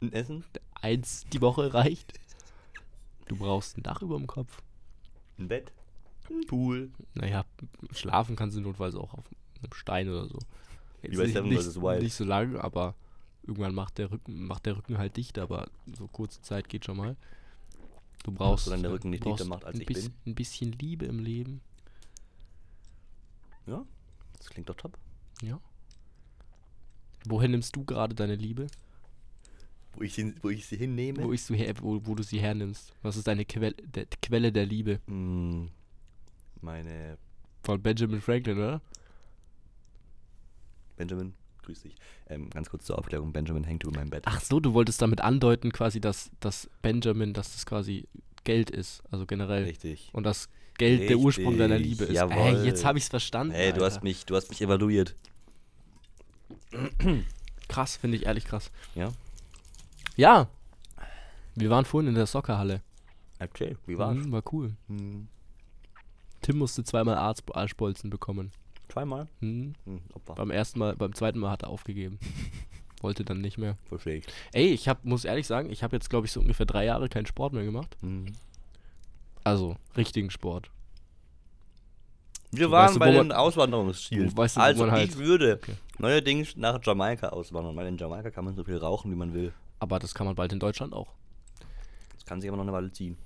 [SPEAKER 2] Ein Essen?
[SPEAKER 3] Eins die Woche reicht. Du brauchst ein Dach über dem Kopf.
[SPEAKER 2] Ein Bett? Ein Pool?
[SPEAKER 3] Naja, schlafen kannst du notfalls auch auf einem Stein oder so. Jetzt
[SPEAKER 2] bei
[SPEAKER 3] nicht,
[SPEAKER 2] Seven
[SPEAKER 3] nicht,
[SPEAKER 2] vs. Wild.
[SPEAKER 3] nicht so lang, aber irgendwann macht der Rücken, macht der Rücken halt dicht, aber so kurze Zeit geht schon mal. Du brauchst
[SPEAKER 2] solange der
[SPEAKER 3] äh,
[SPEAKER 2] Rücken nicht
[SPEAKER 3] brauchst
[SPEAKER 2] dichter macht, als
[SPEAKER 3] ein
[SPEAKER 2] ich bin.
[SPEAKER 3] bisschen- Ein bisschen Liebe im Leben.
[SPEAKER 2] Ja, das klingt doch top.
[SPEAKER 3] Ja. Woher nimmst du gerade deine Liebe?
[SPEAKER 2] Wo ich sie, wo ich sie hinnehme?
[SPEAKER 3] Wo, ist du her, wo, wo du sie hernimmst? Was ist deine Quelle der, Quelle der Liebe?
[SPEAKER 2] Mm, meine
[SPEAKER 3] Von Benjamin Franklin, oder?
[SPEAKER 2] Benjamin, grüß dich. Ähm, ganz kurz zur Aufklärung, Benjamin hängt über meinem Bett.
[SPEAKER 3] Ach so, du wolltest damit andeuten, quasi, dass, dass Benjamin, dass das quasi Geld ist, also generell.
[SPEAKER 2] Richtig.
[SPEAKER 3] Und dass Geld der Ursprung deiner
[SPEAKER 2] Richtig,
[SPEAKER 3] Liebe ist.
[SPEAKER 2] jawohl.
[SPEAKER 3] Ey, jetzt habe ich es verstanden.
[SPEAKER 2] Hey, du
[SPEAKER 3] Alter.
[SPEAKER 2] hast mich, du hast mich evaluiert.
[SPEAKER 3] Krass, finde ich ehrlich krass.
[SPEAKER 2] Ja?
[SPEAKER 3] Ja. Wir waren vorhin in der Soccerhalle.
[SPEAKER 2] Okay, wie war's?
[SPEAKER 3] Mhm, war cool.
[SPEAKER 2] Mhm.
[SPEAKER 3] Tim musste zweimal Arz- Arschbolzen bekommen.
[SPEAKER 2] Zweimal?
[SPEAKER 3] Mhm.
[SPEAKER 2] Mhm, Opfer.
[SPEAKER 3] Beim ersten Mal, beim zweiten Mal hat er aufgegeben. Wollte dann nicht mehr.
[SPEAKER 2] Verstehe ich.
[SPEAKER 3] Ey, ich hab, muss ehrlich sagen, ich habe jetzt, glaube ich, so ungefähr drei Jahre keinen Sport mehr gemacht.
[SPEAKER 2] Mhm.
[SPEAKER 3] Also, richtigen Sport.
[SPEAKER 2] Wir
[SPEAKER 3] Du
[SPEAKER 2] waren
[SPEAKER 3] weißt,
[SPEAKER 2] bei
[SPEAKER 3] wo
[SPEAKER 2] den
[SPEAKER 3] man-
[SPEAKER 2] Auswanderungszielen.
[SPEAKER 3] Du weißt, wo
[SPEAKER 2] also
[SPEAKER 3] man halt-
[SPEAKER 2] ich würde
[SPEAKER 3] Okay.
[SPEAKER 2] neuerdings nach Jamaika auswandern, weil in Jamaika kann man so viel rauchen, wie man will.
[SPEAKER 3] Aber das kann man bald in Deutschland auch.
[SPEAKER 2] Das kann sich aber noch eine Weile ziehen.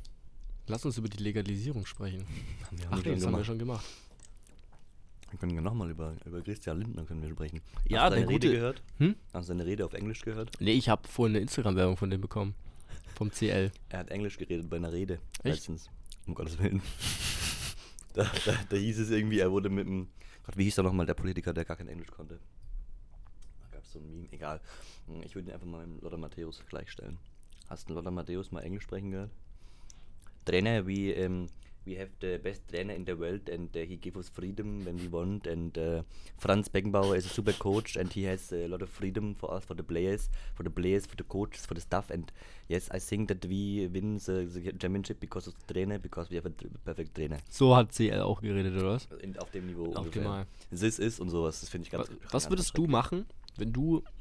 [SPEAKER 3] Lass uns über die Legalisierung sprechen.
[SPEAKER 2] Haben wir,
[SPEAKER 3] Ach, nee, das haben wir schon gemacht.
[SPEAKER 2] Dann können wir nochmal über, über Christian Lindner können wir sprechen.
[SPEAKER 3] Ja,
[SPEAKER 2] Hast du
[SPEAKER 3] der
[SPEAKER 2] deine Rede
[SPEAKER 3] gute-
[SPEAKER 2] gehört?
[SPEAKER 3] Hm?
[SPEAKER 2] Hast du deine Rede auf Englisch gehört?
[SPEAKER 3] Nee, ich habe vorhin eine Instagram-Werbung von dem bekommen. Vom CL.
[SPEAKER 2] Er hat Englisch geredet bei einer Rede
[SPEAKER 3] Echt?
[SPEAKER 2] letztens. Um Gottes Willen. Da, da, da hieß es irgendwie, er wurde mit dem. Gott, wie hieß da nochmal der Politiker, der gar kein Englisch konnte? Da gab es so ein Meme, egal. Hm, Ich würde ihn einfach mal mit Lothar Matthäus gleichstellen. Hast du Lothar Matthäus mal Englisch sprechen gehört? Trainer wie, ähm, we have the best trainer in the world and uh, he give us freedom when we want and uh, Franz Beckenbauer is a super coach and he has a lot of freedom for us for the players for the players for the coaches for the staff and yes I think that we win the, the championship because of the trainer because we have a tr- perfect trainer
[SPEAKER 3] So hat CL auch geredet, oder was?
[SPEAKER 2] in, auf dem Niveau
[SPEAKER 3] Optimal.
[SPEAKER 2] This is und sowas das finde ich ganz
[SPEAKER 3] Was, was würdest du machen, wenn du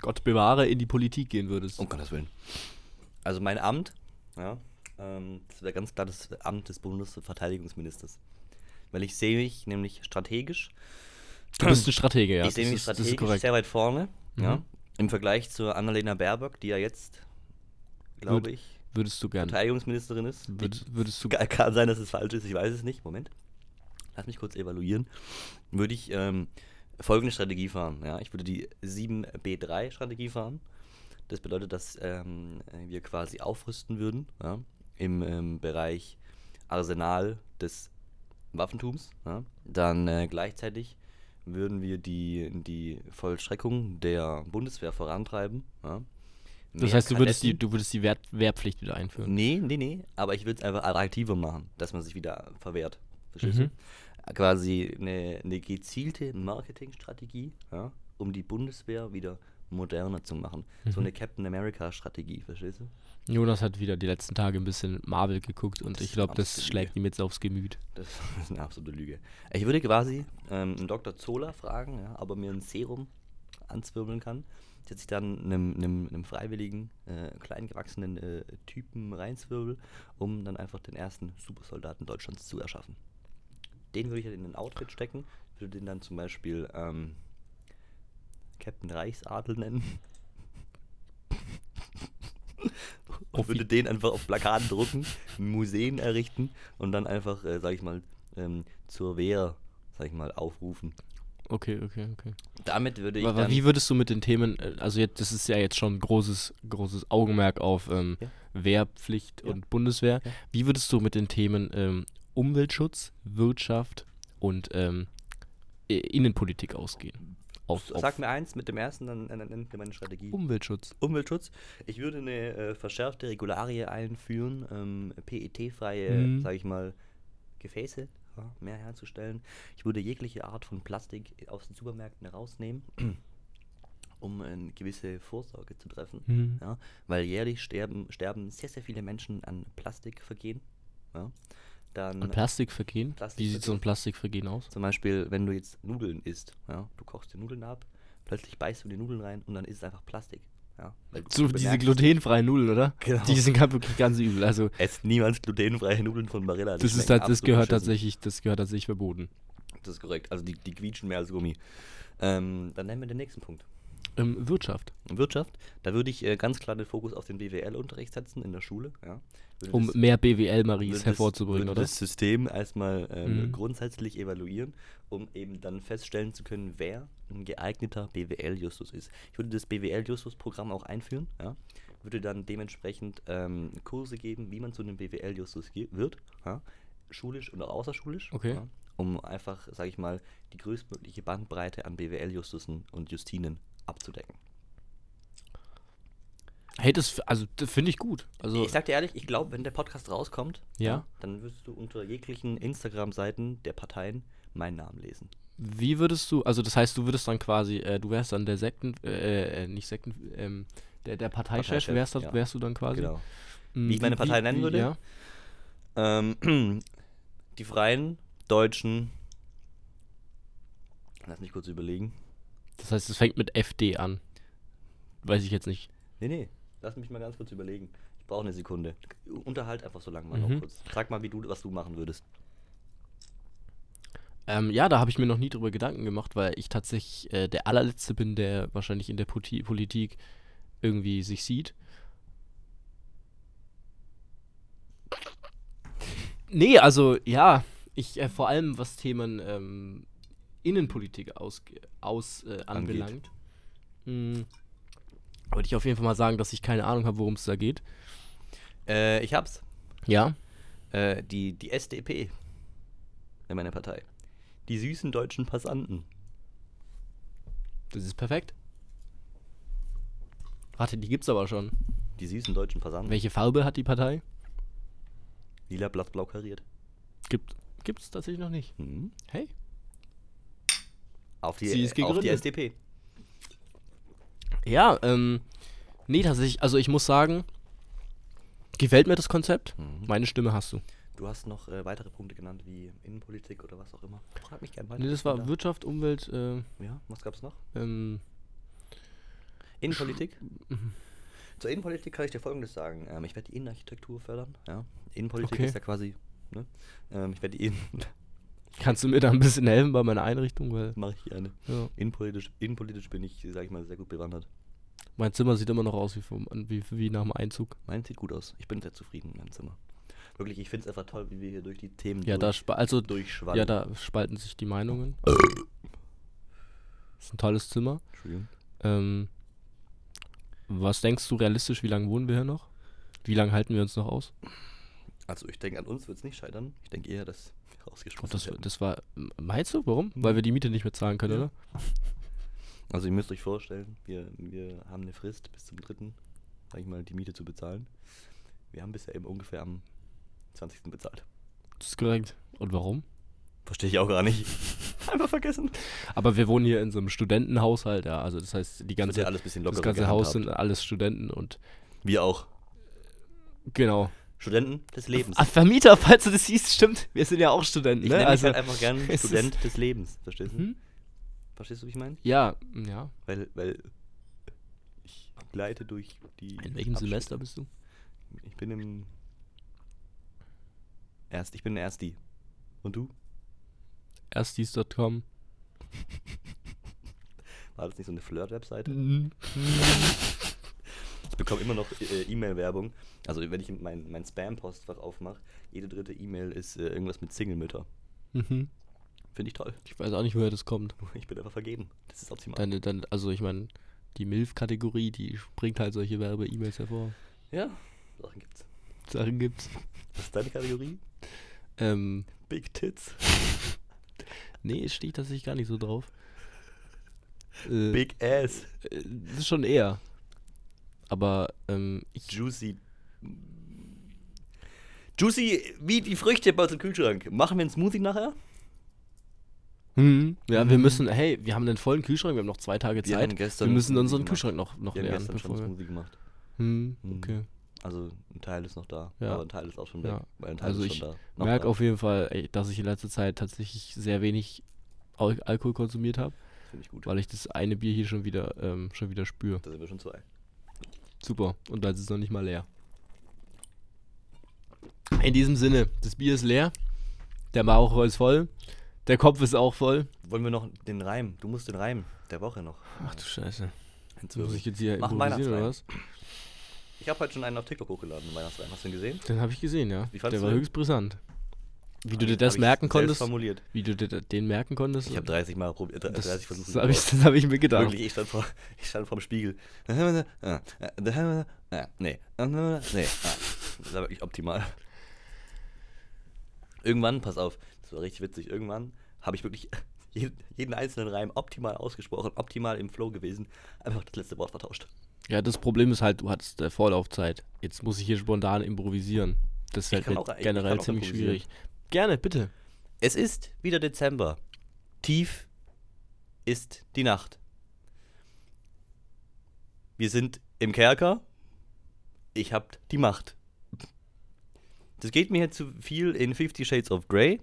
[SPEAKER 3] Gott bewahre in die Politik gehen würdest?
[SPEAKER 2] um Gottes Willen also mein Amt ja ähm, das wäre ganz klar das Amt des Bundesverteidigungsministers weil ich sehe mich nämlich strategisch
[SPEAKER 3] Du bist ein Stratege, ja.
[SPEAKER 2] ich sehe
[SPEAKER 3] das
[SPEAKER 2] mich
[SPEAKER 3] ist- das ist
[SPEAKER 2] strategisch
[SPEAKER 3] korrekt.
[SPEAKER 2] sehr weit vorne.
[SPEAKER 3] Mhm.
[SPEAKER 2] Ja, Im Vergleich zu Annalena Baerbock, die ja jetzt, glaube
[SPEAKER 3] Wird-
[SPEAKER 2] ich,
[SPEAKER 3] Würdest du gerne.
[SPEAKER 2] Verteidigungsministerin ist.
[SPEAKER 3] Würd, würdest du.
[SPEAKER 2] Ka- Kann sein, dass es falsch ist, ich weiß es nicht. Moment. Lass mich kurz evaluieren. Würde ich ähm, folgende Strategie fahren. Ja? Ich würde die 7B3-Strategie fahren. Das bedeutet, dass ähm, wir quasi aufrüsten würden ja? im ähm, Bereich Arsenal des Waffentums. Ja? Dann äh, gleichzeitig würden wir die, die Vollstreckung der Bundeswehr vorantreiben. Ja?
[SPEAKER 3] Das
[SPEAKER 2] Mehr
[SPEAKER 3] heißt, du würdest, die,
[SPEAKER 2] Kadetten-
[SPEAKER 3] du würdest die Wehr, Wehrpflicht wieder einführen.
[SPEAKER 2] Nee, nee, nee. Aber ich würde es einfach attraktiver machen, dass man sich wieder verwehrt. Verstehst
[SPEAKER 3] Mhm.
[SPEAKER 2] du? Quasi eine, eine gezielte Marketingstrategie, ja, um die Bundeswehr wieder moderner zu machen.
[SPEAKER 3] Mhm.
[SPEAKER 2] So eine Captain America-Strategie, verstehst du?
[SPEAKER 3] Jonas hat wieder die letzten Tage ein bisschen Marvel geguckt und
[SPEAKER 2] Das
[SPEAKER 3] ich glaube,
[SPEAKER 2] ist
[SPEAKER 3] das
[SPEAKER 2] absolut
[SPEAKER 3] schlägt ihm jetzt aufs Gemüt.
[SPEAKER 2] Das ist eine absolute Lüge. Ich würde quasi ähm, einen Dr. Zola fragen, ja, ob er mir ein Serum anzwirbeln kann, das ich dann einem, einem, einem freiwilligen, äh, kleingewachsenen äh, Typen reinzwirbel, um dann einfach den ersten Supersoldaten Deutschlands zu erschaffen. Den würde ich dann in ein Outfit stecken, würde den dann zum Beispiel ähm, Captain Reichsadel nennen. Und würde den einfach auf Plakaten drucken, Museen errichten und dann einfach, äh, sag ich mal, ähm, zur Wehr, sag ich mal, aufrufen.
[SPEAKER 3] Okay, okay, okay.
[SPEAKER 2] Damit würde ich
[SPEAKER 3] Aber
[SPEAKER 2] dann,
[SPEAKER 3] wie würdest du mit den Themen, äh, also jetzt, das ist ja jetzt schon ein großes, großes Augenmerk auf ähm,
[SPEAKER 2] Ja.
[SPEAKER 3] Wehrpflicht
[SPEAKER 2] Ja.
[SPEAKER 3] und Bundeswehr.
[SPEAKER 2] Ja.
[SPEAKER 3] Wie würdest du mit den Themen ähm, Umweltschutz, Wirtschaft und ähm, I- Innenpolitik ausgehen? Auf, Um. auf
[SPEAKER 2] sag mir eins, mit dem ersten, dann dann- dann nennt mir meine Strategie.
[SPEAKER 3] Umweltschutz.
[SPEAKER 2] Umweltschutz. Ich würde eine äh, verschärfte Regularie einführen, ähm, PET-freie,
[SPEAKER 3] Mhm.
[SPEAKER 2] sag ich mal, Gefäße ja, mehr herzustellen. Ich würde jegliche Art von Plastik aus den Supermärkten herausnehmen, um eine gewisse Vorsorge zu treffen.
[SPEAKER 3] Mhm.
[SPEAKER 2] Ja, weil jährlich sterben, sterben sehr, sehr viele Menschen an Plastikvergehen. Ja. Dann
[SPEAKER 3] Und Plastikvergehen? Wie sieht so ein
[SPEAKER 2] Plastikvergehen.
[SPEAKER 3] Plastikvergehen aus?
[SPEAKER 2] zum Beispiel, wenn du jetzt Nudeln isst, ja, du kochst die Nudeln ab, plötzlich beißt du die Nudeln rein und dann ist es einfach Plastik. Ja, weil du
[SPEAKER 3] So diese
[SPEAKER 2] bemerkst-
[SPEAKER 3] glutenfreien Nudeln, oder?
[SPEAKER 2] Genau.
[SPEAKER 3] Die sind ganz- wirklich ganz übel. Also
[SPEAKER 2] Esst niemals glutenfreie Nudeln von Barilla. die
[SPEAKER 3] das, ist
[SPEAKER 2] schmecken
[SPEAKER 3] halt, das
[SPEAKER 2] absolut
[SPEAKER 3] gehört
[SPEAKER 2] beschissen.
[SPEAKER 3] tatsächlich, das gehört tatsächlich verboten.
[SPEAKER 2] Das ist korrekt. Also die, die quietschen mehr als Gummi. Ähm, dann nennen wir den nächsten Punkt.
[SPEAKER 3] Ähm, Wirtschaft.
[SPEAKER 2] Wirtschaft. Da würde ich äh, ganz klar den Fokus auf den BWL-Unterricht setzen in der Schule. Ja. Würde
[SPEAKER 3] Um
[SPEAKER 2] das-
[SPEAKER 3] mehr BWL-Maries
[SPEAKER 2] würde
[SPEAKER 3] hervorzubringen,
[SPEAKER 2] das,
[SPEAKER 3] oder?
[SPEAKER 2] würde das System erstmal ähm,
[SPEAKER 3] Mhm.
[SPEAKER 2] grundsätzlich evaluieren, um eben dann feststellen zu können, wer ein geeigneter BWL-Justus ist. Ich würde das BWL-Justus-Programm auch einführen, ja? würde dann dementsprechend ähm, Kurse geben, wie man zu einem BWL-Justus ge- wird, ja? schulisch und auch außerschulisch,
[SPEAKER 3] Okay.
[SPEAKER 2] ja? um einfach, sage ich mal, die größtmögliche Bandbreite an BWL-Justussen und Justinen abzudecken.
[SPEAKER 3] Hey, das, also, das finde ich gut. Also,
[SPEAKER 2] ich sag dir ehrlich, ich glaube, wenn der Podcast rauskommt,
[SPEAKER 3] Ja.
[SPEAKER 2] dann wirst du unter jeglichen Instagram-Seiten der Parteien meinen Namen lesen.
[SPEAKER 3] wie würdest du, also das heißt, du würdest dann quasi, äh, du wärst dann der Sekten, äh, äh, nicht Sekten, ähm, der, der Parteichef
[SPEAKER 2] Parteichef,
[SPEAKER 3] wärst, dann-
[SPEAKER 2] ja.
[SPEAKER 3] wärst du dann quasi.
[SPEAKER 2] Genau.
[SPEAKER 3] Mm,
[SPEAKER 2] Wie ich meine Partei nennen würde?
[SPEAKER 3] Ja.
[SPEAKER 2] Ähm, die Freien Deutschen. Lass mich kurz überlegen.
[SPEAKER 3] Das heißt, es fängt mit FD an. Weiß ich jetzt nicht.
[SPEAKER 2] Nee, nee. Lass mich mal ganz kurz überlegen. Ich brauche eine Sekunde. Unterhalt einfach so lange mal noch
[SPEAKER 3] Mhm.
[SPEAKER 2] kurz. Sag mal, wie du, was du machen würdest.
[SPEAKER 3] Ähm, ja, da habe ich mir noch nie drüber Gedanken gemacht, weil ich tatsächlich äh, der allerletzte bin, der wahrscheinlich in der Poti Politik irgendwie sich sieht. Nee, also ja, ich äh, vor allem was Themen ähm, Innenpolitik aus, aus äh, anbelangt, mh, würde ich auf jeden Fall mal sagen, dass ich keine Ahnung habe, worum es da geht.
[SPEAKER 2] Äh, ich hab's.
[SPEAKER 3] Ja,
[SPEAKER 2] Äh, die, die SDP. In meiner Partei. Die süßen deutschen Passanten.
[SPEAKER 3] das ist perfekt. Warte, die gibt's aber schon.
[SPEAKER 2] Die süßen deutschen Passanten.
[SPEAKER 3] Welche Farbe hat die Partei?
[SPEAKER 2] Lila, blatt, blau kariert.
[SPEAKER 3] Gibt gibt's tatsächlich noch nicht.
[SPEAKER 2] Mhm.
[SPEAKER 3] Hey,
[SPEAKER 2] Auf, die, äh,
[SPEAKER 3] Sie ist
[SPEAKER 2] auf die
[SPEAKER 3] gegründet.
[SPEAKER 2] SDP.
[SPEAKER 3] ja, ähm, nee, tatsächlich. Also ich muss sagen, gefällt mir das Konzept. Meine Stimme hast du.
[SPEAKER 2] Du hast noch äh, weitere Punkte genannt, wie Innenpolitik oder was auch immer. Frag mich gerne weiter.
[SPEAKER 3] Nee,
[SPEAKER 2] ich
[SPEAKER 3] das
[SPEAKER 2] bin
[SPEAKER 3] war Wirtschaft, Umwelt, äh,
[SPEAKER 2] da. Ja, was gab's noch?
[SPEAKER 3] ähm,
[SPEAKER 2] Innenpolitik?
[SPEAKER 3] Mhm.
[SPEAKER 2] Zur Innenpolitik kann ich dir Folgendes sagen. Ähm, ich werde die Innenarchitektur fördern. Ja. Innenpolitik
[SPEAKER 3] Okay.
[SPEAKER 2] ist ja quasi. Ne? Ähm, ich werde die Innen
[SPEAKER 3] kannst du mir da ein bisschen helfen bei meiner Einrichtung, weil
[SPEAKER 2] mache ich gerne.
[SPEAKER 3] ja,
[SPEAKER 2] Innenpolitisch, innenpolitisch bin ich, sag ich mal, sehr gut bewandert.
[SPEAKER 3] mein Zimmer sieht immer noch aus wie, vom, wie, wie nach dem Einzug.
[SPEAKER 2] Meins sieht gut aus. Ich bin sehr zufrieden in meinem Zimmer. Wirklich, ich finde es einfach toll, wie wir hier durch die Themen
[SPEAKER 3] Ja, da
[SPEAKER 2] durch,
[SPEAKER 3] spa- also
[SPEAKER 2] durchschwallen.
[SPEAKER 3] ja, da spalten sich die Meinungen. Also, ist ein tolles Zimmer.
[SPEAKER 2] Entschuldigung.
[SPEAKER 3] Ähm, was denkst du realistisch, wie lange wohnen wir hier noch? Wie lange halten wir uns noch aus?
[SPEAKER 2] Also ich denke, an uns wird es nicht scheitern. Ich denke eher, dass wir rausgeschmissen
[SPEAKER 3] Und Oh, das,
[SPEAKER 2] werden.
[SPEAKER 3] das war. Meinst du, warum? Weil wir die Miete nicht mehr zahlen können,
[SPEAKER 2] Ja.
[SPEAKER 3] oder?
[SPEAKER 2] Also ihr müsst euch vorstellen, wir, wir haben eine Frist bis zum 3., sag ich mal, die Miete zu bezahlen. Wir haben bisher eben ungefähr am 20. bezahlt.
[SPEAKER 3] Das ist korrekt. Und warum?
[SPEAKER 2] Verstehe ich auch gar nicht. Einfach vergessen.
[SPEAKER 3] Aber wir wohnen hier in so einem Studentenhaushalt, ja. Also das heißt, die
[SPEAKER 2] Ganz ja
[SPEAKER 3] ganze,
[SPEAKER 2] alles ein bisschen
[SPEAKER 3] das
[SPEAKER 2] lockerer
[SPEAKER 3] ganze Haus
[SPEAKER 2] gehandhabt.
[SPEAKER 3] sind alles Studenten und
[SPEAKER 2] Wir auch.
[SPEAKER 3] genau.
[SPEAKER 2] Studenten des Lebens.
[SPEAKER 3] Ah, Vermieter, falls du das siehst, stimmt. Wir sind ja auch Studenten,
[SPEAKER 2] ich
[SPEAKER 3] ne?
[SPEAKER 2] nenne
[SPEAKER 3] Also,
[SPEAKER 2] mich halt einfach gern
[SPEAKER 3] es ist-
[SPEAKER 2] Student des Lebens. Verstehst du?
[SPEAKER 3] Hm?
[SPEAKER 2] Verstehst du, wie ich meine?
[SPEAKER 3] Ja, ja.
[SPEAKER 2] Weil, weil ich gleite durch die.
[SPEAKER 3] In welchem
[SPEAKER 2] Abschnitte.
[SPEAKER 3] Semester bist du?
[SPEAKER 2] Ich bin im. Erst, ich bin erst die. Und du?
[SPEAKER 3] Erstis.com.
[SPEAKER 2] War das nicht so eine Flirt-Webseite?
[SPEAKER 3] Mhm.
[SPEAKER 2] Ich bekomme immer noch äh, E-Mail-Werbung. Also wenn ich mein, mein Spam-Postfach aufmache, jede dritte E-Mail ist äh, irgendwas mit Single-Mütter.
[SPEAKER 3] Mhm.
[SPEAKER 2] Finde ich toll.
[SPEAKER 3] Ich weiß auch nicht, woher das kommt.
[SPEAKER 2] Ich bin einfach vergeben. Das ist optimal.
[SPEAKER 3] Deine, deine, also ich meine, die MILF-Kategorie, die bringt halt solche Werbe-E-Mails hervor.
[SPEAKER 2] ja, Sachen gibt's.
[SPEAKER 3] Sachen gibt's.
[SPEAKER 2] Was ist deine Kategorie?
[SPEAKER 3] Ähm,
[SPEAKER 2] Big Tits.
[SPEAKER 3] nee, stehe ich tatsächlich gar nicht so drauf. Äh,
[SPEAKER 2] Big Ass.
[SPEAKER 3] äh, Das ist schon eher. Aber ähm, ich,
[SPEAKER 2] Juicy. Juicy wie die Früchte bei uns im Kühlschrank. Machen wir einen Smoothie nachher?
[SPEAKER 3] hm, ja, wir müssen, hey, wir haben einen vollen Kühlschrank, wir haben noch zwei Tage
[SPEAKER 2] Wir
[SPEAKER 3] Zeit.
[SPEAKER 2] haben
[SPEAKER 3] Wir,
[SPEAKER 2] gestern einen
[SPEAKER 3] müssen
[SPEAKER 2] Smoothie
[SPEAKER 3] unseren
[SPEAKER 2] gemacht.
[SPEAKER 3] Kühlschrank noch, noch
[SPEAKER 2] Wir haben
[SPEAKER 3] leeren,
[SPEAKER 2] gestern schon
[SPEAKER 3] bevor
[SPEAKER 2] einen Smoothie
[SPEAKER 3] wir.
[SPEAKER 2] gemacht.
[SPEAKER 3] Hm,
[SPEAKER 2] Mhm.
[SPEAKER 3] okay.
[SPEAKER 2] Also ein Teil ist noch da.
[SPEAKER 3] Ja.
[SPEAKER 2] Aber ein Teil ist auch schon weg.
[SPEAKER 3] Ja.
[SPEAKER 2] Weil ein Teil
[SPEAKER 3] Also
[SPEAKER 2] ist
[SPEAKER 3] ich
[SPEAKER 2] schon da.
[SPEAKER 3] merke
[SPEAKER 2] da.
[SPEAKER 3] auf jeden Fall, ey, dass ich in letzter Zeit tatsächlich sehr wenig Al Alkohol konsumiert habe,
[SPEAKER 2] Finde ich gut.
[SPEAKER 3] weil ich das eine Bier hier schon wieder, ähm, schon wieder spüre.
[SPEAKER 2] Da sind wir schon zwei.
[SPEAKER 3] Super. Und dann ist es noch nicht mal leer. In diesem Sinne, das Bier ist leer, der Bauch ist voll, der Kopf ist auch voll.
[SPEAKER 2] Wollen wir noch den Reim? Du musst den Reim der Woche noch.
[SPEAKER 3] Ach du Scheiße.
[SPEAKER 2] Jetzt
[SPEAKER 3] Muss ich jetzt hier
[SPEAKER 2] Mach einen
[SPEAKER 3] improvisieren oder
[SPEAKER 2] Weihnachtsreim.
[SPEAKER 3] was?
[SPEAKER 2] Ich habe heute schon einen auf TikTok hochgeladen, den Weihnachtsreim. Hast du ihn gesehen?
[SPEAKER 3] Den habe ich gesehen, ja.
[SPEAKER 2] Wie fandst
[SPEAKER 3] Der
[SPEAKER 2] du
[SPEAKER 3] war
[SPEAKER 2] den?
[SPEAKER 3] höchst brisant. Wie
[SPEAKER 2] Hab
[SPEAKER 3] du dir
[SPEAKER 2] ich-
[SPEAKER 3] das
[SPEAKER 2] hab ich
[SPEAKER 3] merken
[SPEAKER 2] selbst
[SPEAKER 3] konntest,
[SPEAKER 2] formuliert.
[SPEAKER 3] wie du dir den merken konntest.
[SPEAKER 2] Ich habe 30 Mal probiert, äh,
[SPEAKER 3] das,
[SPEAKER 2] 30 Versuche
[SPEAKER 3] das habe ich,
[SPEAKER 2] gebraucht.
[SPEAKER 3] das hab ich mir gedacht.
[SPEAKER 2] Wirklich, ich stand vor, ich stand vorm Spiegel. Äh, äh, äh, äh, Nee, äh, nee, äh. das war wirklich optimal. Irgendwann, pass auf, das war richtig witzig. Irgendwann habe ich wirklich jeden, jeden einzelnen Reim optimal ausgesprochen, optimal im Flow gewesen, einfach das letzte Wort vertauscht.
[SPEAKER 3] Ja, das Problem ist halt, du hattest äh, Vorlaufzeit. Jetzt muss ich hier spontan improvisieren. Das fällt
[SPEAKER 2] kann
[SPEAKER 3] mir
[SPEAKER 2] auch- ich
[SPEAKER 3] generell
[SPEAKER 2] kann auch
[SPEAKER 3] ziemlich
[SPEAKER 2] improvisieren.
[SPEAKER 3] schwierig. Gerne, bitte.
[SPEAKER 2] Es ist wieder Dezember. Tief ist die Nacht. Wir sind im Kerker. Ich hab die Macht. Das geht mir jetzt zu viel in Fifty Shades of Grey.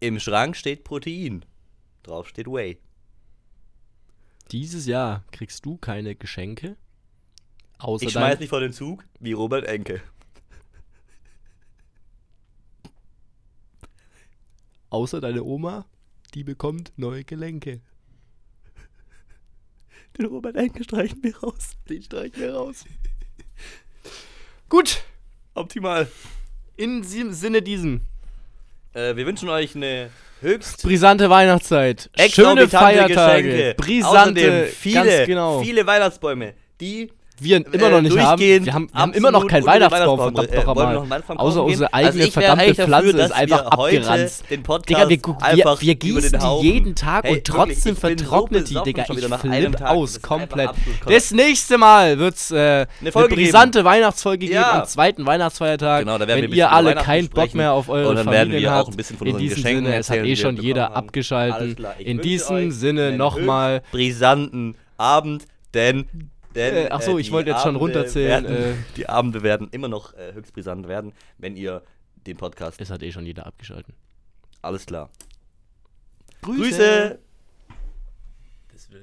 [SPEAKER 2] Im Schrank steht Protein. Drauf steht Whey.
[SPEAKER 3] Dieses Jahr kriegst du keine Geschenke. Außer
[SPEAKER 2] Ich schmeiß
[SPEAKER 3] Also dein,
[SPEAKER 2] mich vor den Zug wie Robert Enke.
[SPEAKER 3] außer deine Oma, die bekommt neue Gelenke.
[SPEAKER 2] Den Robert Enke streichen wir raus. Den streichen wir raus.
[SPEAKER 3] Gut,
[SPEAKER 2] Optimal.
[SPEAKER 3] in diesem Sinne diesem.
[SPEAKER 2] Äh, wir wünschen euch eine höchst
[SPEAKER 3] Brisante Weihnachtszeit. Schöne
[SPEAKER 2] exorbitante
[SPEAKER 3] Feiertage.
[SPEAKER 2] Geschenke.
[SPEAKER 3] Brisante,
[SPEAKER 2] Außerdem viele,
[SPEAKER 3] ganz genau.
[SPEAKER 2] viele Weihnachtsbäume, die äh,
[SPEAKER 3] wir immer noch nicht haben.
[SPEAKER 2] durchgehend
[SPEAKER 3] Wir haben, wir haben immer
[SPEAKER 2] absolut
[SPEAKER 3] noch keinen
[SPEAKER 2] ohne
[SPEAKER 3] Weihnachtsbaum,
[SPEAKER 2] Weihnachtsbaum.
[SPEAKER 3] verdammt
[SPEAKER 2] Äh,
[SPEAKER 3] noch
[SPEAKER 2] wollen wir
[SPEAKER 3] einmal.
[SPEAKER 2] noch einen Weihnachtsbaum
[SPEAKER 3] Außer
[SPEAKER 2] kaufen
[SPEAKER 3] unsere
[SPEAKER 2] gehen? Also ich
[SPEAKER 3] eigene
[SPEAKER 2] wär
[SPEAKER 3] verdammte
[SPEAKER 2] eigentlich dafür,
[SPEAKER 3] Pflanze ist
[SPEAKER 2] dass
[SPEAKER 3] einfach
[SPEAKER 2] wir heute
[SPEAKER 3] abgeranzt.
[SPEAKER 2] den Podcast
[SPEAKER 3] Digga, wir, gu- wir,
[SPEAKER 2] einfach
[SPEAKER 3] wir
[SPEAKER 2] über den
[SPEAKER 3] gießen die
[SPEAKER 2] Haufen.
[SPEAKER 3] jeden Tag
[SPEAKER 2] Hey,
[SPEAKER 3] und trotzdem
[SPEAKER 2] wirklich, ich bin so
[SPEAKER 3] vertrocknet die,
[SPEAKER 2] besoffen
[SPEAKER 3] Digga.
[SPEAKER 2] schon
[SPEAKER 3] Ich
[SPEAKER 2] wieder nach einem
[SPEAKER 3] flipp
[SPEAKER 2] Tag. Das
[SPEAKER 3] aus,
[SPEAKER 2] ist einfach
[SPEAKER 3] komplett.
[SPEAKER 2] absolut korrekt.
[SPEAKER 3] Das nächste Mal wird's äh, eine,
[SPEAKER 2] Folge geben.
[SPEAKER 3] brisante Weihnachtsfolge geben
[SPEAKER 2] Ja.
[SPEAKER 3] am zweiten Weihnachtsfeiertag.
[SPEAKER 2] Genau, da werden wir ein
[SPEAKER 3] wenn
[SPEAKER 2] bisschen
[SPEAKER 3] ihr
[SPEAKER 2] über
[SPEAKER 3] alle
[SPEAKER 2] Weihnachten
[SPEAKER 3] keinen Bock
[SPEAKER 2] sprechen.
[SPEAKER 3] mehr auf eure
[SPEAKER 2] Und dann werden
[SPEAKER 3] Familien
[SPEAKER 2] wir auch
[SPEAKER 3] habt.
[SPEAKER 2] ein bisschen von
[SPEAKER 3] In
[SPEAKER 2] unseren
[SPEAKER 3] diesem
[SPEAKER 2] Geschenken
[SPEAKER 3] Sinne, es hat
[SPEAKER 2] erzählen,
[SPEAKER 3] eh
[SPEAKER 2] die wir
[SPEAKER 3] schon jeder
[SPEAKER 2] bekommen haben. Alles
[SPEAKER 3] abgeschalten.
[SPEAKER 2] klar, ich
[SPEAKER 3] In
[SPEAKER 2] wünsche
[SPEAKER 3] diesem
[SPEAKER 2] euch
[SPEAKER 3] Sinne
[SPEAKER 2] einen
[SPEAKER 3] nochmal.
[SPEAKER 2] höchst brisanten Abend, denn. denn
[SPEAKER 3] Äh, ach so,
[SPEAKER 2] äh,
[SPEAKER 3] ich
[SPEAKER 2] die
[SPEAKER 3] wollte jetzt schon
[SPEAKER 2] Abende
[SPEAKER 3] runterzählen,
[SPEAKER 2] Werden,
[SPEAKER 3] äh.
[SPEAKER 2] die Abende werden immer noch äh, höchst brisant werden, wenn ihr den Podcast.
[SPEAKER 3] Es hat eh schon jeder abgeschalten.
[SPEAKER 2] Alles klar.
[SPEAKER 3] Grüße!
[SPEAKER 2] Grüße.